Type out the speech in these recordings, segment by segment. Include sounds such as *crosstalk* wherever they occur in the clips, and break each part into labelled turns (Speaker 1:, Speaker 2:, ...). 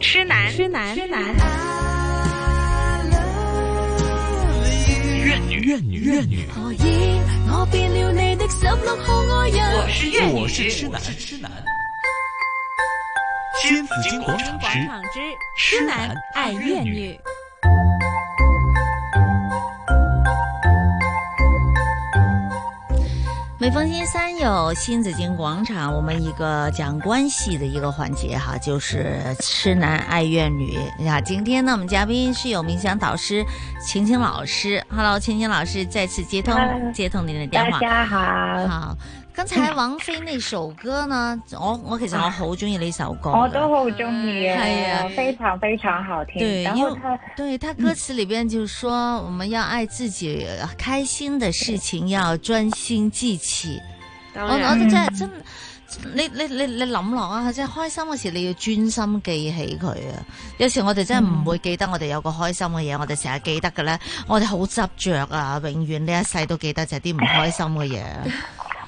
Speaker 1: 痴男，痴男，痴男。
Speaker 2: 怨女，怨女，怨女。
Speaker 3: 何以我變了你的十六號愛人？
Speaker 1: 是怨女，
Speaker 2: 我是痴男，痴男。新紫金广场
Speaker 1: 广
Speaker 2: 之
Speaker 1: 场之
Speaker 2: 痴
Speaker 1: 痴男
Speaker 2: 男
Speaker 1: 爱
Speaker 2: 爱
Speaker 1: 怨
Speaker 2: 怨
Speaker 1: 女
Speaker 2: 女。
Speaker 4: 每逢星期三有新紫荆广场，我们一个讲关系的一个环节哈，就是痴男爱怨女呀。今天呢，我们嘉宾是有冥想导师晴晴老师。Hello，晴晴老师再次接通、
Speaker 5: Hello，
Speaker 4: 接通您的电
Speaker 5: 大
Speaker 4: 话。
Speaker 5: 家好，
Speaker 4: 好，刚才王菲那首歌呢，我我其實我好中意呢首歌嘅。
Speaker 5: 我都好中意
Speaker 4: 哎呀
Speaker 5: 啊，非常非常好
Speaker 4: 对
Speaker 5: 听。然后他
Speaker 4: 对他
Speaker 5: 嗯
Speaker 4: 歌词里边就说，我们要爱自己，呃开心的事情要专心记起。我我覺得真係真，你你你你諗落啊，即係開心嗰時你要專心記起佢啊。有時我哋真係唔會記得我哋有個開心嘅嘢，我哋成日記得嘅咧，我哋好執着啊，永遠呢一世都記得就係啲唔開心嘅 *laughs* 嘢。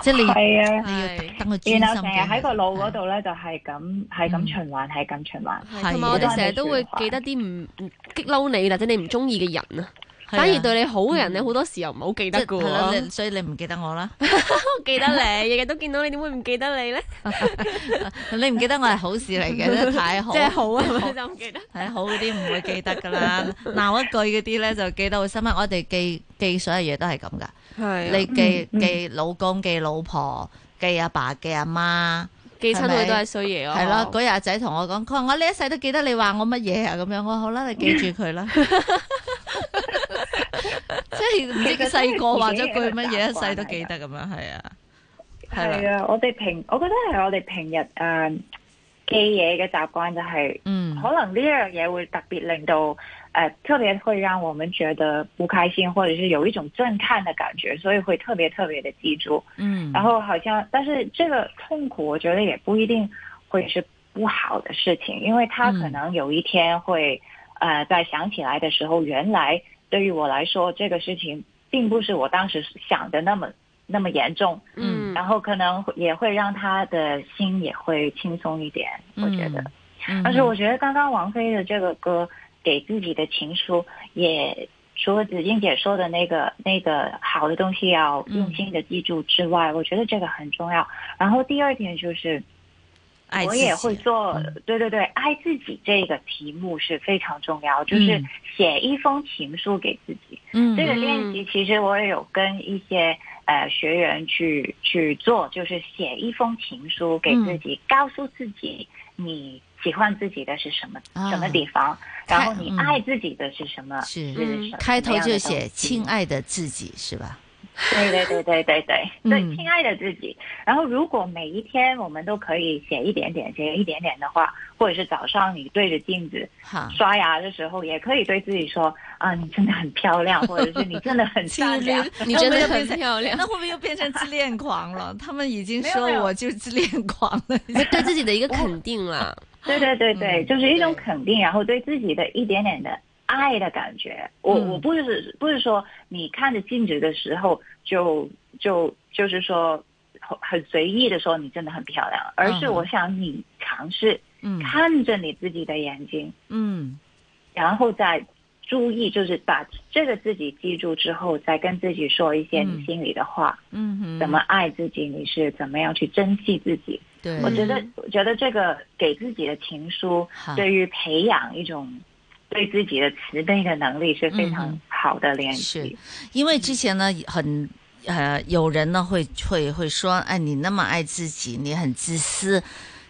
Speaker 4: 即係你
Speaker 5: 係啊，
Speaker 4: 你要特登去專
Speaker 5: 然後
Speaker 4: 心啊嗯
Speaker 5: 成
Speaker 4: 記
Speaker 5: 日
Speaker 4: 起
Speaker 5: 喺個腦嗰度咧，就係咁，係咁循環，係咁循環。
Speaker 4: 係
Speaker 6: 係啊同埋我哋成日都會記得啲唔唔激嬲你或者你唔中意嘅人啊，
Speaker 4: 係啊嗯
Speaker 6: 反而對你好嘅人你好多時候唔好記
Speaker 4: 即
Speaker 6: 得
Speaker 4: 係
Speaker 6: 嘅
Speaker 4: 係啦你
Speaker 6: 喎。
Speaker 4: 所以你唔記得我啦，
Speaker 6: 我記得你，日日都見到你，點會唔記得你咧？
Speaker 4: *laughs* 你唔記得我係好事嚟嘅，真係 *laughs* 太好
Speaker 6: 即。係好啊，係咪就唔記得。
Speaker 4: 係好嗰啲唔會記得噶 *laughs* 啦，鬧一句嗰啲咧就記得好深刻。我哋記記所有嘢都係啊咁噶，
Speaker 6: 係啊
Speaker 4: 你
Speaker 6: 你
Speaker 4: 記
Speaker 5: 嗯
Speaker 4: 記老公、記老婆、記阿爸、記阿媽，
Speaker 6: 記親
Speaker 4: 係咪
Speaker 6: 佢都係衰嘢咯。
Speaker 4: 係咯。嗰日阿仔同我講，佢話我呢一世都記得你話我乜嘢啊咁樣。我話好啦，你記住佢啦。 *laughs* 即係唔知佢細個話咗句乜嘢，一世都記得咁樣，係啊，係
Speaker 5: 係
Speaker 4: 啦，
Speaker 5: 啊，我哋平，我覺得係我哋平日誒記嘢嘅習慣就係。
Speaker 4: 嗯，
Speaker 5: 可能呢樣嘢會特別令到，呃，特別會讓我們覺得不開心，或者是有一種震撼的感覺，所以會特別特別的記住。
Speaker 4: 嗯，
Speaker 5: 然后好像，但是这个痛苦，我觉得也不一定会是不好的事情，因为它可能有一天会，呃，在想起来的时候，原来对于我来说，这个事情并不是我当时想的那么那么严重，
Speaker 6: 嗯，
Speaker 5: 然后可能也会让他的心也会轻松一点，我觉得。
Speaker 4: 嗯，
Speaker 5: 但是我觉得刚刚王菲的这个歌给自己的情书，也除了紫金姐说的那个那个好的东西要
Speaker 4: 嗯
Speaker 5: 用心的记住之外，我觉得这个很重要。然后第二点就是，
Speaker 4: 愛
Speaker 5: 我
Speaker 4: 自己嗯
Speaker 5: 也会做，对对对，爱自己这个题目是非常重要，就是
Speaker 4: 嗯
Speaker 5: 写一封情书给自己。
Speaker 4: 嗯
Speaker 5: 这个练习其实我也有跟一些呃学员去去做，就是写一封情书给
Speaker 4: 嗯
Speaker 5: 自己，告诉自己你喜欢自己的是什么、
Speaker 4: 啊
Speaker 5: 什么地方，
Speaker 4: 太
Speaker 5: 然后你
Speaker 4: 嗯
Speaker 5: 爱自己的是什么。
Speaker 4: 是
Speaker 5: 是
Speaker 6: 嗯
Speaker 5: 什么
Speaker 4: 开头就写“
Speaker 5: 亲
Speaker 4: 亲爱的自己”是吧？”，
Speaker 5: 对对对对对对
Speaker 4: 嗯
Speaker 5: 对，亲爱的自己。然后，如果每一天我们都可以写一点点，写一点点的话，或者是早上你对着镜子
Speaker 4: 哈，
Speaker 5: 刷牙的时候，也可以对自己说啊，你真的很漂亮，或者是你真的
Speaker 4: *laughs*
Speaker 5: 很善良。
Speaker 4: 嗯
Speaker 6: 你真的很漂亮。
Speaker 4: 那会不会又变成自恋狂了？他们已经
Speaker 5: 没有
Speaker 4: 说
Speaker 5: 没有
Speaker 4: 我就是自恋狂了。
Speaker 6: 你对自己的一个肯
Speaker 4: *laughs*
Speaker 6: 定啦，
Speaker 5: *laughs* 对对对对，
Speaker 4: 嗯
Speaker 5: 就是一种肯定，然后对自己的一点点的爱的感觉。我、
Speaker 4: 嗯
Speaker 5: 我不是不是说你看着镜子的时候就就就是说很很随意的说你真的很漂亮，而是
Speaker 4: 嗯
Speaker 5: 我想你尝试
Speaker 4: 嗯
Speaker 5: 看着你自己的眼睛，
Speaker 4: 嗯
Speaker 5: 然后再注意，就是把这个自己记住之后，再跟自己说一些
Speaker 4: 嗯
Speaker 5: 你心里的话，
Speaker 4: 嗯哼，
Speaker 5: 怎么爱自己，你是怎么样去珍惜自己。
Speaker 4: 对？嗯
Speaker 5: 我觉得，我觉得这个给自己的情书
Speaker 4: 好，
Speaker 5: 对于培养一种对自己的慈悲的能力是非
Speaker 4: 嗯
Speaker 5: 常好的练
Speaker 4: 是
Speaker 5: 习。
Speaker 4: 因为之前呢，很呃，有人呢会会会说，哎，你那么爱自己，你很自私。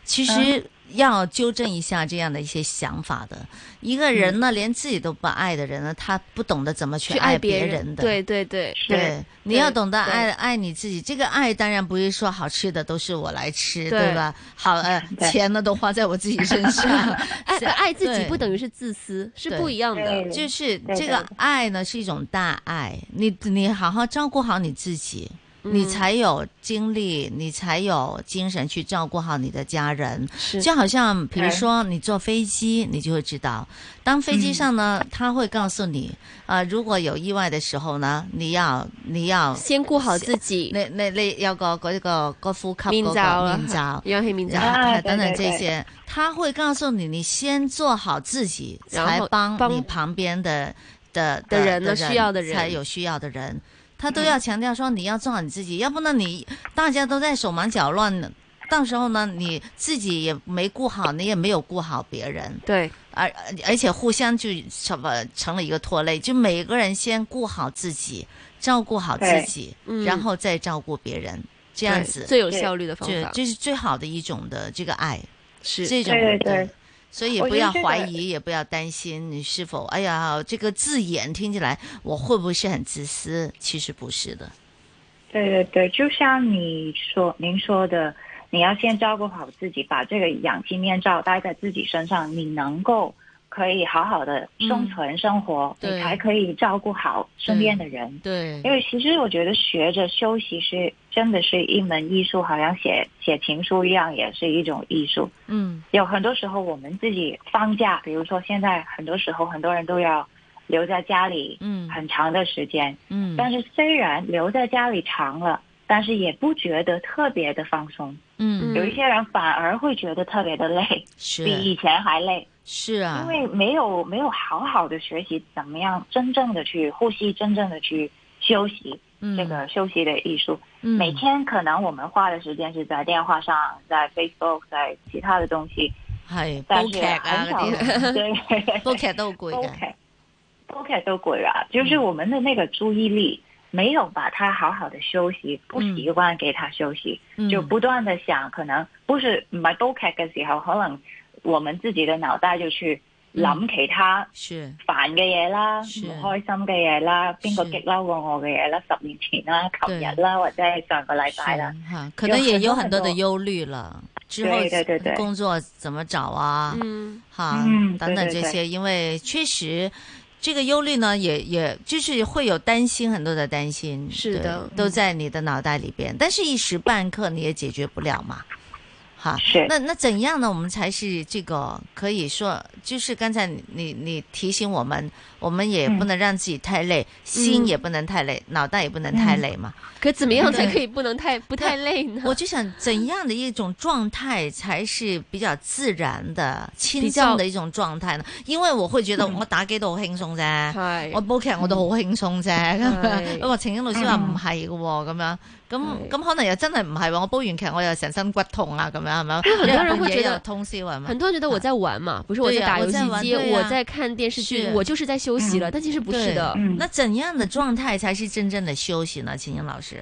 Speaker 4: 其实要纠正一下这样的一些想法的。一个人呢，连自己都不爱的人呢，他不懂得怎么去
Speaker 6: 去爱
Speaker 4: 别
Speaker 6: 人。
Speaker 4: 的。
Speaker 6: 对对对，
Speaker 5: 是，
Speaker 4: 对，你要
Speaker 6: 对
Speaker 4: 懂得
Speaker 6: 对
Speaker 4: 爱爱你自己。这个爱当然不是说好吃的都是我来吃，
Speaker 6: 对
Speaker 4: 对吧？好呃，
Speaker 5: 对
Speaker 4: 钱呢都花在我自己身上，
Speaker 6: 爱
Speaker 4: 是啊
Speaker 6: 爱哎自己
Speaker 4: 对
Speaker 6: 不等于是自私，是
Speaker 4: 对
Speaker 6: 不一样的。
Speaker 5: 对
Speaker 4: 就是
Speaker 5: 对
Speaker 4: 这
Speaker 5: 对
Speaker 4: 个爱呢是一种大爱。你你好好照顾好你自己，你才有精力，你才有精神去照顾好你的家人。
Speaker 6: 是
Speaker 4: 就好像比如说你坐飞机，你就会知道，当飞机上呢，他会告诉你，啊、如果有意外的时候呢，你要你要
Speaker 6: 先顧好自己，
Speaker 4: 你你你有個嗰、個個呼吸嗰
Speaker 6: 面罩
Speaker 4: 個
Speaker 6: 啊
Speaker 4: 面罩，嗯
Speaker 6: 氧氣面罩，
Speaker 5: 啊
Speaker 4: 然後等等
Speaker 5: 對對
Speaker 4: 這些，他會告訴你，你先做好自己，
Speaker 6: 然後
Speaker 4: 才幫
Speaker 6: 幫
Speaker 4: 你旁邊的的
Speaker 6: 的人呢需要的人嗯
Speaker 4: 才有需要的人。他都要强调说你要做好你自己，要不然你大家都在手忙脚乱，到时候呢你自己也没顾好，你也没有顾好别人，
Speaker 6: 對，
Speaker 4: 而而且互相就成呃成了一个拖累，就每个人先顾好自己，照顾好自
Speaker 5: 对
Speaker 4: 己，
Speaker 6: 嗯
Speaker 4: 然后再照顾别人，这
Speaker 6: 这
Speaker 4: 样子，
Speaker 6: 最有效率的方
Speaker 4: 这
Speaker 6: 法
Speaker 4: 这是最好的一种的这个爱，
Speaker 6: 是
Speaker 4: 这种
Speaker 5: 对对对。
Speaker 4: 所以
Speaker 5: 我
Speaker 4: 不
Speaker 5: 觉得
Speaker 4: 要
Speaker 5: 这
Speaker 4: 怀
Speaker 5: 个
Speaker 4: 疑，也不要担心你是否，哎呀，这个字眼听起来我会不会是很自私？其实不是的，
Speaker 5: 对对对，就像你说您说的，你要先照顾好自己，把这个氧气面罩戴在自己身上，你能够可以好好的生存生活，
Speaker 4: 嗯对
Speaker 5: 你才可以照顾好身边的人。
Speaker 4: 对
Speaker 5: 因为其实我觉得学着休息是真的是一门艺术，好像写写情书一样，也是一种艺术。
Speaker 4: 嗯，
Speaker 5: 有很多时候我们自己放假，比如说现在很多时候很多人都要留在家里，
Speaker 4: 嗯
Speaker 5: 很长的时间。
Speaker 4: 嗯
Speaker 5: 但是虽然留在家里长了，但是也不觉得特别的放松。
Speaker 4: 嗯，
Speaker 6: 嗯
Speaker 5: 有一些人反而会觉得特别的累，比
Speaker 4: 是
Speaker 5: 以前还累，
Speaker 4: 是啊
Speaker 5: 因，为没有没有好好的学习怎么样真正的去呼吸，真正的去休息。
Speaker 4: 嗯
Speaker 5: 这个休息的艺术，
Speaker 4: 嗯
Speaker 5: 每天可能我们花的时间是在电话上，在 Facebook，在其他的东西，
Speaker 4: 係煲
Speaker 5: 但
Speaker 4: 劇
Speaker 5: 是
Speaker 4: 啊
Speaker 5: 很少
Speaker 4: 嗰啲， *laughs*
Speaker 5: *laughs* 对
Speaker 4: 煲劇都好啊攰嘅，
Speaker 5: OK，OK 都鬼啊，就是
Speaker 4: 嗯
Speaker 5: 我们的那个注意力没有把它好好的休息，不
Speaker 4: 嗯
Speaker 5: 习惯给它休息，
Speaker 4: 嗯
Speaker 5: 就不断的想，可能不是嗯唔係 OK 嘅時候，可能嗯我們自己嘅腦袋就去諗其他
Speaker 4: 是
Speaker 5: 煩嘅嘢啦，唔
Speaker 4: 嗯是
Speaker 5: 開心嘅嘢啦，邊個
Speaker 4: 是
Speaker 5: 激嬲過我嘅嘢啦，十年前啦，琴日啦，或者係上個禮
Speaker 4: 是
Speaker 5: 拜啦，
Speaker 4: 哈，可能也
Speaker 5: 很多
Speaker 4: 有
Speaker 5: 很
Speaker 4: 很多的
Speaker 5: 多
Speaker 4: 忧虑了，之后
Speaker 5: 对对对对
Speaker 4: 工作怎么找啊？
Speaker 6: 嗯，
Speaker 4: 哈，
Speaker 5: 嗯
Speaker 4: 等等
Speaker 5: 对
Speaker 4: 这
Speaker 5: 对
Speaker 4: 些，因为确实这个忧虑呢，也也就是会有担心，很多的担心，
Speaker 6: 是的
Speaker 5: 嗯
Speaker 4: 对都在你的脑袋里边，但是一时半刻你也解决不了嘛。哈，
Speaker 5: 是
Speaker 4: 那那怎样呢？我们才是这个可以说，就是刚才你你你提醒我们，我们也不
Speaker 5: 嗯
Speaker 4: 能让自己太累，心也不能太累，脑袋也不能
Speaker 5: 嗯
Speaker 4: 太累嘛。
Speaker 6: 可怎么
Speaker 4: *laughs*
Speaker 6: 样才可以不能太不太累 *laughs* 呢？
Speaker 4: 我就想，怎样的一种状态才是比较自然的、轻
Speaker 6: 比較
Speaker 4: 松的一种状态呢？因为我会觉得我打機都好輕鬆啫，*laughs*
Speaker 6: 係嗯
Speaker 4: 我煲劇我都好輕鬆啫。咁樣
Speaker 6: 係嗯
Speaker 4: 不過晴英老師話唔係嘅喎，咁樣咁
Speaker 6: 係
Speaker 4: 咁可能又真係唔係喎。我煲完劇我又成身骨痛啊，咁樣係咪？
Speaker 6: 很多人會
Speaker 4: 因為半
Speaker 6: 覺得
Speaker 4: 夜又通宵係咪
Speaker 6: 很？多人觉得我在玩嘛，
Speaker 4: *laughs*
Speaker 6: 不是我
Speaker 4: 对呀
Speaker 6: 在打
Speaker 4: 我
Speaker 6: 游戏
Speaker 4: 在玩
Speaker 6: 机，
Speaker 4: 对呀
Speaker 6: 我在看电视剧
Speaker 4: 是，
Speaker 6: 我就是在休息了。但其实不是的，
Speaker 5: 嗯
Speaker 4: 那怎样的狀態才是真正的休息呢？晴英老師，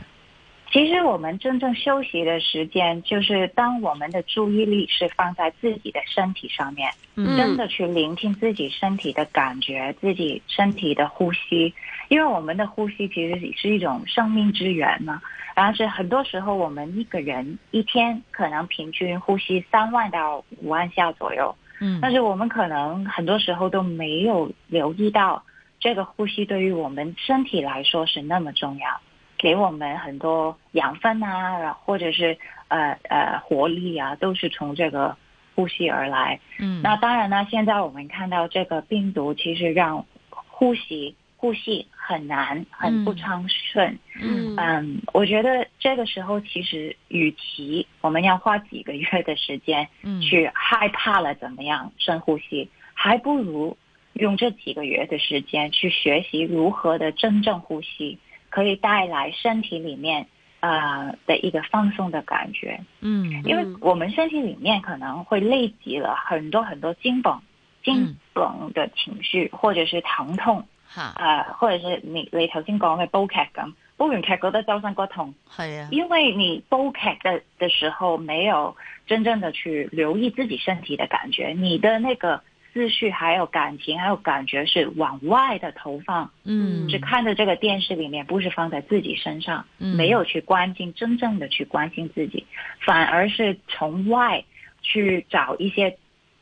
Speaker 5: 其实我们真正休息的时间，就是当我们的注意力是放在自己的身体上面，
Speaker 4: 嗯
Speaker 5: 真的去聆听自己身体的感觉，自己身体的呼吸，因为我们的呼吸其实是一种生命之源嘛。然后是很多时候我们一个人一天可能平均呼吸三万到五万下左右，
Speaker 4: 嗯
Speaker 5: 但是我们可能很多时候都没有留意到，这个呼吸对于我们身体来说是那么重要，给我们很多养分啊，然后或者是呃呃活力啊，都是从这个呼吸而来。
Speaker 4: 嗯
Speaker 5: 那当然呢，现在我们看到这个病毒其实让呼吸呼吸很难，很不
Speaker 4: 嗯
Speaker 5: 畅顺。
Speaker 4: 嗯
Speaker 5: 嗯，我觉得这个时候其实，与其我们要花几个月的时间
Speaker 4: 嗯
Speaker 5: 去害怕了怎么样深呼吸，还不如用这几个月的时间去学习如何的真正呼吸，可以带来身体里面呃的一个放松的感觉。
Speaker 4: 嗯
Speaker 5: 因为我们身体里面可能会累积了很多很多紧绷、紧绷的情绪，或者是疼痛，
Speaker 4: 嚇
Speaker 5: 呃，或者是你你頭先講嘅煲劇咁，煲完劇覺得周身骨痛，
Speaker 4: 係啊，
Speaker 5: 因為你煲劇的的時候沒有真正的去留意自己身體的感覺，你的那個思緒還有感情還有感覺是往外的投放，
Speaker 4: 嗯
Speaker 5: 只看着这个电视里面，不是放在自己身上，
Speaker 4: 嗯
Speaker 5: 没有去关心真正的去关心自己，反而是從外去找一些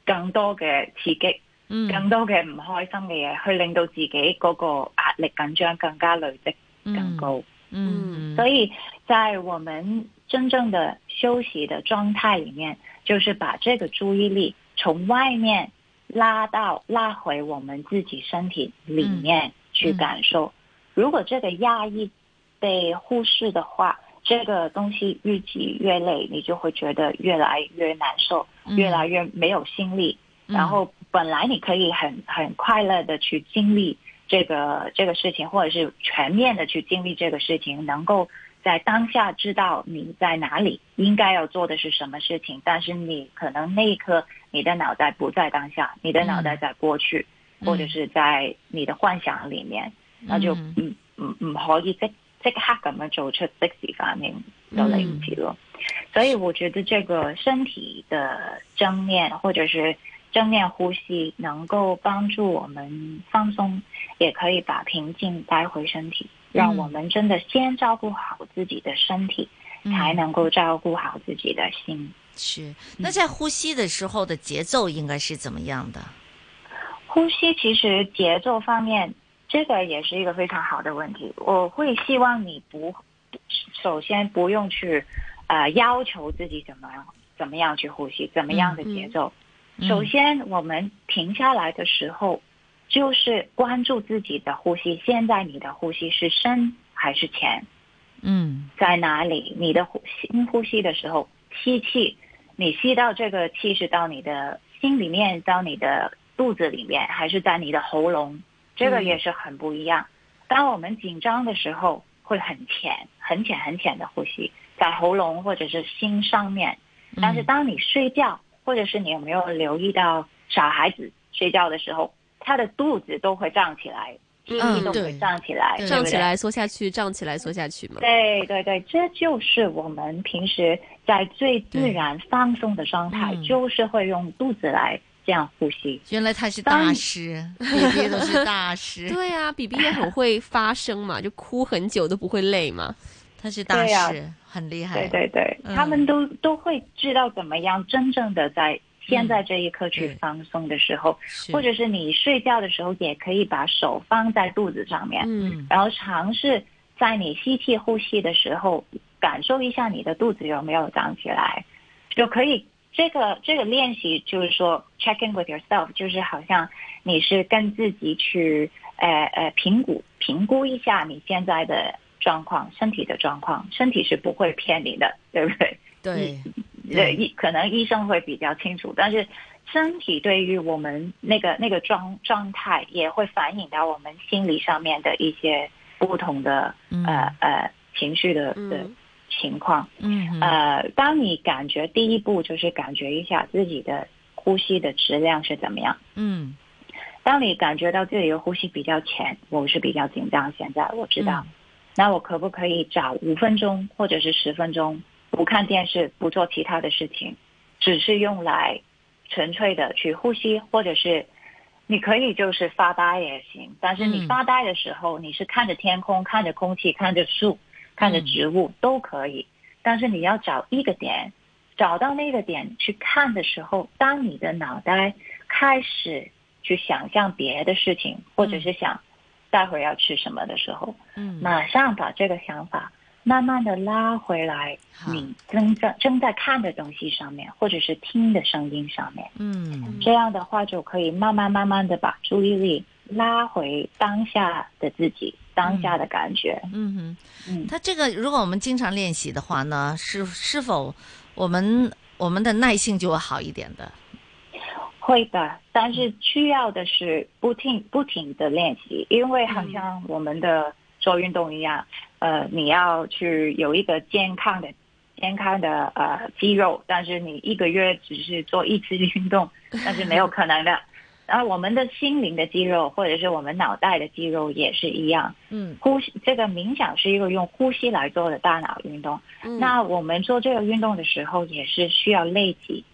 Speaker 5: 更多嘅刺激。更
Speaker 4: 嗯
Speaker 5: 多嘅唔開心嘅嘢，去令到自己嗰個壓力緊張更加累積更高。
Speaker 4: 嗯，
Speaker 5: 所以在我们真正的休息的状态里面，就是把这个注意力从外面拉到拉回我们自己身体里面去感受。如果这个压抑被忽视的话，这个东西越积越累，你就会觉得越来越难受，
Speaker 4: 嗯
Speaker 5: 越来越没有心力。
Speaker 4: 嗯
Speaker 5: 然后本来你可以很很快乐的去经历这个这个事情，或者是全面的去经历这个事情，能够在当下知道你在哪里，应该要做的是什么事情。但是你可能那一刻你的脑袋不在当下，你的脑袋在过去，
Speaker 4: 嗯
Speaker 5: 或者是在你的幻想里面，那就
Speaker 4: 嗯
Speaker 5: 唔唔唔可以即即刻咁樣做出即時反應，就嚟唔及咯。
Speaker 4: 嗯
Speaker 5: 所以我觉得这个身体的正念或者是正念呼吸，能够帮助我们放松，也可以把平静带回身体，让我们真的先照顾好自己的身体，
Speaker 4: 嗯
Speaker 5: 才能够照顾好自己的心。
Speaker 4: 是。那在呼吸的时候的节奏应该是怎么样的？
Speaker 5: 呼吸其实节奏方面，这个也是一个非常好的问题。我会希望你不，首先不用去，呃，要求自己怎么样怎么样去呼吸，怎么样的节奏。
Speaker 4: 嗯嗯
Speaker 5: 首先，我们停下来的时候，就是关注自己的呼吸。现在你的呼吸是深还是浅？
Speaker 4: 嗯
Speaker 5: 在哪里？你的呼吸呼吸的时候，吸气，你吸到这个气是到你的心里面，到你的肚子里面，还是在你的喉咙？这个也是很不一样。当我们紧张的时候，会很浅、很浅、很浅的呼吸，在喉咙或者是心上面。嗯
Speaker 4: 嗯
Speaker 5: 但是当你睡觉，或者是你有没有留意到小孩子睡觉的时候，他的肚子都会胀起来，屁
Speaker 4: 嗯
Speaker 5: 屁都会
Speaker 4: 对
Speaker 5: 胀起来，
Speaker 4: 对
Speaker 5: 对
Speaker 6: 胀
Speaker 5: 不
Speaker 6: 起
Speaker 5: 对
Speaker 6: 来缩下去，胀起来缩下去嘛。
Speaker 5: 对对对，这就是我们平时在最自然放松的状态，
Speaker 4: 嗯
Speaker 5: 就是会用肚子来这样呼吸。
Speaker 4: 原来他是
Speaker 5: 当
Speaker 4: 大
Speaker 5: 然
Speaker 4: 师，B B 都是大
Speaker 5: *laughs*
Speaker 4: 师，
Speaker 6: 对啊，B B 也很会发声嘛，就哭很久都不会累嘛。
Speaker 4: 他是大
Speaker 5: 对呀
Speaker 4: 师，很厉害。
Speaker 5: 对对对，
Speaker 4: 嗯嗯
Speaker 5: 他们都都会知道怎么样真正的在现在这一刻去
Speaker 4: 对
Speaker 5: 放松的时候，
Speaker 4: 是，
Speaker 5: 或者是你睡觉的时候，也可以把手放在肚子上面，
Speaker 6: 嗯
Speaker 5: 然后尝试在你吸气呼吸的时候，感受一下你的肚子有没有胀起来，就可以。这个这个练习就是说 check in with yourself，就是好像你是跟自己去呃呃评估评估一下你现在的状况，身体的状况，身体是不会骗你的，对不对？
Speaker 4: 对，
Speaker 5: 对，呃
Speaker 4: 嗯
Speaker 5: 医可能医生会比较清楚，但是身体对于我们那个那个状状态，也会反映到我们心理上面的一些不同的
Speaker 4: 嗯
Speaker 5: 呃呃情绪的的
Speaker 6: 嗯
Speaker 5: 情况。
Speaker 4: 嗯哼
Speaker 5: 呃，当你感觉第一步就是感觉一下自己的呼吸的质量是怎么样。
Speaker 4: 嗯，
Speaker 5: 当你感觉到自己的呼吸比较浅，我是比较紧张，现在我知道，那我可不可以找五分钟或者是十分钟，不看电视，不做其他的事情，只是用来纯粹的去呼吸，或者是你可以就是发呆也行，但是你
Speaker 4: 嗯
Speaker 5: 发呆的时候，你是看着天空、看着空气、看着树、看着植物、都可以，但是你要找一个点，找到那个点去看的时候，当你的脑袋开始去想象别的事情，或者是想待会儿要吃什么的时候，
Speaker 4: 嗯
Speaker 5: 马上把这个想法慢慢的拉回来
Speaker 4: 好，
Speaker 5: 你正在正在看的东西上面，或者是听的声音上面。
Speaker 4: 嗯
Speaker 5: 这样的话，就可以慢慢慢慢的把注意力拉回当下的自己，当下的感觉。
Speaker 4: 嗯哼。
Speaker 5: 嗯，
Speaker 4: 他这个，如果我们经常练习的话呢，是是否我们我们的耐性就会好一点的？
Speaker 5: 会的，但是需要的是不停不停的练习，因为好像我们的做运动一样，呃，你要去有一个健康的健康的呃肌肉，但是你一个月只是做一次运动，那是没有可能的。然后我们的心灵的肌肉，或者是我们脑袋的肌肉也是一样。
Speaker 4: 嗯
Speaker 5: 呼吸这个冥想是一个用呼吸来做的大脑运动，
Speaker 6: 嗯
Speaker 5: 那我们做这个运动的时候，也是需要累积。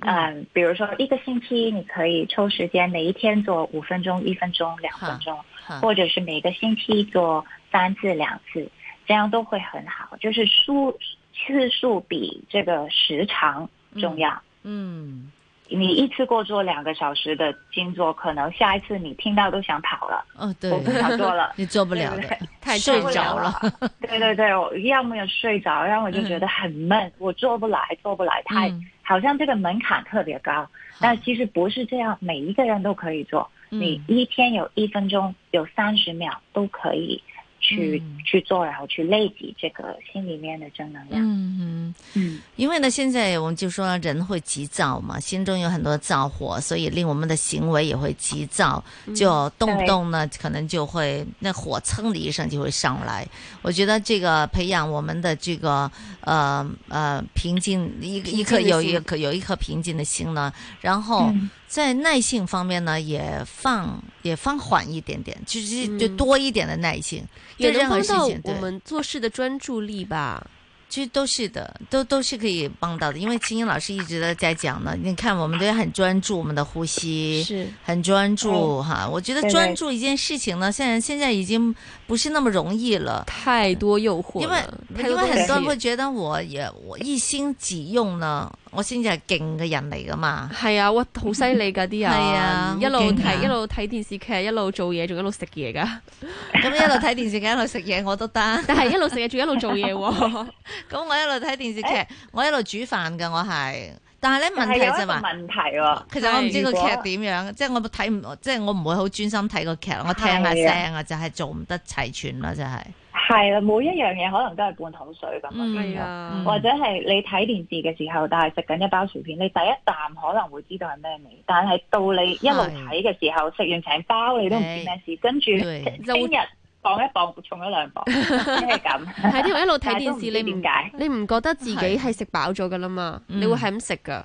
Speaker 5: 嗯、比如说一个星期，你可以抽时间，每一天做五分钟、一分钟、两分钟，
Speaker 4: 好
Speaker 5: 或者是每个星期做三次、两次，这样都会很好。就是数次数比这个时长重要，
Speaker 4: 嗯
Speaker 5: 你一次过做两个小时的静坐，可能下一次你听到都想跑了，
Speaker 4: 哦，对。
Speaker 5: 我，不想做了
Speaker 4: *laughs* 你做不了
Speaker 5: 对
Speaker 4: 的
Speaker 5: 不对，
Speaker 6: 嗯
Speaker 4: 太
Speaker 5: 受
Speaker 4: 睡
Speaker 5: 不
Speaker 4: 着
Speaker 5: 了
Speaker 4: 了。
Speaker 5: 了，对对对，我要么有睡着，要么就觉得很闷，我做不来，做不来，太、
Speaker 4: 嗯
Speaker 5: 好像这个门槛特别高。但其实不是这样，每一个人都可以做，
Speaker 4: 嗯
Speaker 5: 你一天有一分钟，有三十秒都可以去、
Speaker 4: 嗯
Speaker 5: 去做，然后去累积这个心里面的正能量。
Speaker 4: 嗯嗯，
Speaker 5: 嗯，
Speaker 4: 因为呢，现在我们就说人会急躁嘛，心中有很多燥火，所以令我们的行为也会急躁，就动不动呢，可能就会那火蹭的一声就会上来。我觉得这个培养我们的这个呃呃平静一
Speaker 6: 平静
Speaker 4: 一颗
Speaker 6: 的
Speaker 4: 有
Speaker 6: 心
Speaker 4: 一颗有一颗平静的心呢，然后
Speaker 5: 嗯
Speaker 4: 在耐性方面呢，也放也放缓一点点，就是就
Speaker 6: 嗯
Speaker 4: 多一点的耐性，
Speaker 6: 也
Speaker 4: 对
Speaker 6: 能
Speaker 4: 任何
Speaker 6: 帮
Speaker 4: 事
Speaker 6: 到
Speaker 4: 情，
Speaker 6: 我
Speaker 4: 对。
Speaker 6: 们做事的专注力吧。
Speaker 4: 其实都是的，都都是可以帮到的，因为青英老师一直都在讲呢。你看，我们都要很专注我们的呼吸，
Speaker 6: 是，
Speaker 4: 很专注哈。我觉得
Speaker 5: 哦对对
Speaker 4: 专注一件事情呢，现在现在已经不是那么容易了，
Speaker 6: 太多诱惑
Speaker 4: 因為
Speaker 6: 了，太
Speaker 4: 因為
Speaker 6: 多
Speaker 4: 很多
Speaker 6: 東
Speaker 4: 人
Speaker 6: 西
Speaker 4: 會覺得我也我一心幾用呢，我先至係勁嘅人嚟噶
Speaker 5: *laughs*
Speaker 4: 嘛。
Speaker 6: 係啊，哇，好犀利㗎啲 *laughs* 人，
Speaker 4: 係啊
Speaker 6: 一路
Speaker 4: 好勁啊
Speaker 6: 睇一路睇電視劇，一路做嘢，仲一路食嘢㗎。
Speaker 4: 咁一路睇電視劇一路食嘢我都得，
Speaker 6: *laughs* 但係一路食嘢仲一路做嘢喎， *laughs*
Speaker 4: 咁我一路睇電視劇，我一路煮飯噶，我係。但係咧問
Speaker 5: 但係
Speaker 4: 題
Speaker 5: 哎有
Speaker 4: 就
Speaker 5: 一個
Speaker 4: 話。
Speaker 5: 問題喎、
Speaker 4: 其實我唔知個
Speaker 5: 如果
Speaker 4: 劇點樣，即係我睇唔，即係我唔會好專心睇個劇，我聽下
Speaker 5: 係啊
Speaker 4: 聲啊，就係做唔得齊全啦，就係。
Speaker 5: 係啦，每一樣嘢可能都係半桶水咁
Speaker 4: 嗯
Speaker 5: 樣
Speaker 6: 係
Speaker 5: 樣。
Speaker 6: 啊，
Speaker 5: 或者係你睇電視嘅時候，但係食緊一包薯片，你第一啖可能會知道係咩味，但係到你一路睇嘅時候，食完成包你都唔知咩事，跟住
Speaker 4: 對
Speaker 6: 嗯
Speaker 5: 聽日磅一磅重咗兩磅，先係
Speaker 4: *laughs*
Speaker 5: 咁。
Speaker 6: 係啲人一路睇
Speaker 5: 但係都唔
Speaker 6: 電視，
Speaker 5: 知
Speaker 6: 你唔
Speaker 5: 點解
Speaker 6: 你唔覺得自己係食飽咗㗎啦嘛？
Speaker 4: 嗯
Speaker 6: 你會係咁食㗎，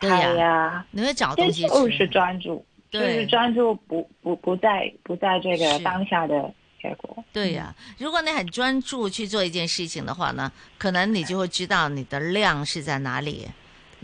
Speaker 4: 對
Speaker 5: 係
Speaker 4: 呀，
Speaker 5: 啊，
Speaker 4: 你會找
Speaker 5: 這
Speaker 4: 東西
Speaker 5: 就是
Speaker 4: 吃。
Speaker 5: 哦專注，就
Speaker 4: 對
Speaker 5: 是專注不不不在不在這個
Speaker 4: 是
Speaker 5: 當下的結果。
Speaker 4: 對呀，如果你很專注去做一件事情的話呢，可能你就會知道你的量是在哪裡，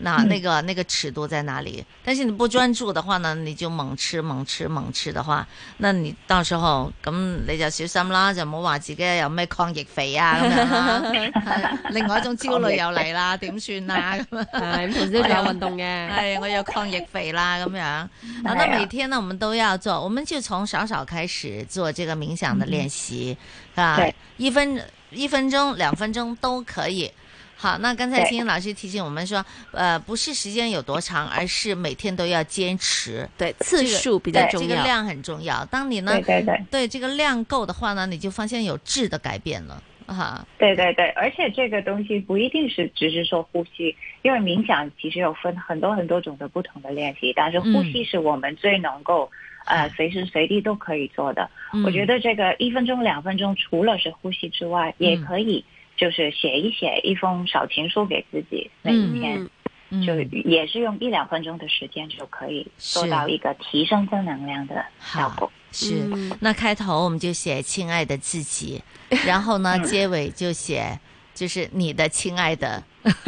Speaker 4: 那那個那個尺度在哪裡。但是你不專注的話呢，你就猛吃猛吃猛吃的話，那你到時候咁你就小心啦，就唔好話自己有咩抗疫肥啊咁樣啦。係啊另外一種焦慮又嚟啦，點算啊咁樣。
Speaker 6: 係咁同時都仲有運動嘅，
Speaker 4: 哎，我有抗疫肥啦，咁样啊。那每天呢，我们都要做，我们就从少少开始做这个冥想的练习，啊
Speaker 5: 对，
Speaker 4: 一分一分钟、两分钟都可以。好，那刚才
Speaker 5: 对
Speaker 4: 青青老师提醒我们说，呃，不是时间有多长，而是每天都要坚持，
Speaker 6: 對次數比較
Speaker 4: 这
Speaker 6: 重
Speaker 4: 个
Speaker 6: 要。
Speaker 4: 量很重要。当你呢
Speaker 5: 對對對。
Speaker 4: 对这个量够的话呢，你就发现有质的改变了，哈、
Speaker 5: 对对对，而且这个东西不一定是只是说呼吸，因为冥想其实有分很多很多种的不同的练习，但是呼吸是我们最能够、呃随时随地都可以做的。
Speaker 4: 嗯
Speaker 5: 我觉得这个一分钟、两分钟，除了是呼吸之外，也可以就是写一写一封小情书给自己，每一天、
Speaker 6: 嗯，
Speaker 4: 嗯
Speaker 5: 就也是用一两分钟的时间就可以做
Speaker 4: 是
Speaker 5: 到一个提升正能量的效果。
Speaker 4: 是。
Speaker 6: 嗯
Speaker 4: 那开头我们就写“亲爱的自
Speaker 6: *laughs*
Speaker 4: 己”，然后呢，结尾就写就是你的亲爱的，？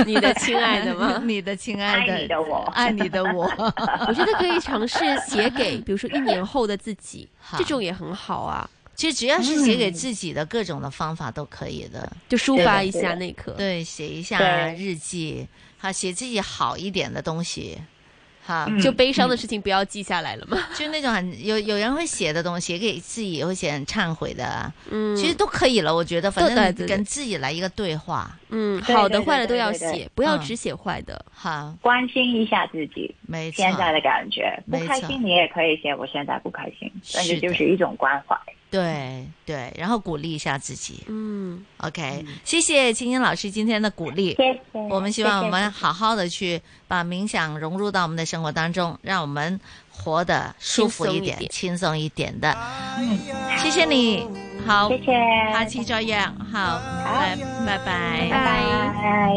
Speaker 6: 你的亲爱的 *laughs*
Speaker 4: *laughs*
Speaker 6: 吗
Speaker 4: 你的亲爱的，
Speaker 5: 爱你的我，
Speaker 4: 爱你的
Speaker 6: *laughs*
Speaker 4: 我，
Speaker 6: 我觉得可以尝试写给，比如说一年后的自己
Speaker 4: 好，
Speaker 6: 这种也很好啊，
Speaker 4: 其实只要是写给自己的各种的方法都可以的。
Speaker 6: 就抒
Speaker 5: 对
Speaker 6: 发
Speaker 5: 的
Speaker 6: 一
Speaker 5: 对
Speaker 6: 下
Speaker 5: 的
Speaker 6: 那一刻。
Speaker 4: 对，写一下
Speaker 5: 对
Speaker 4: 日记，哈，写自己好一点的东西，哈，
Speaker 5: 嗯
Speaker 6: 就悲伤的事情不要记下来了嘛。
Speaker 4: 就那种很有有人会写的东西，写给自己也会写很忏悔的啊，
Speaker 6: 嗯，
Speaker 4: 其实都可以了。我觉得，反
Speaker 6: 对对
Speaker 4: 正
Speaker 6: 对对
Speaker 4: 跟自己来一个对话，
Speaker 6: 嗯，
Speaker 5: 对
Speaker 6: 好的
Speaker 5: 对对
Speaker 6: 坏的都
Speaker 5: 对
Speaker 6: 要
Speaker 5: 对对
Speaker 6: 写，不要
Speaker 4: 嗯
Speaker 6: 只写坏的。
Speaker 4: 哈，
Speaker 5: 关心一下自己，
Speaker 4: 没错
Speaker 5: 现，在的感觉，不
Speaker 4: 没
Speaker 5: 开
Speaker 4: 错
Speaker 5: 心你也可以写我现在不开心，但
Speaker 4: 是的
Speaker 5: 是就是一种关怀。
Speaker 4: 对对，然后鼓励一下自己。
Speaker 6: 嗯，
Speaker 4: OK，、谢谢青青老师今天的鼓励。
Speaker 5: 谢谢，
Speaker 4: 我们希望我
Speaker 5: 谢
Speaker 4: 们
Speaker 5: 谢
Speaker 4: 好好的去把冥想融入到我们的生活当中，让我们活得舒服一点、轻松一点的。嗯谢谢你，好，
Speaker 5: 谢谢，
Speaker 4: 下次再约，好，拜拜
Speaker 5: 拜拜。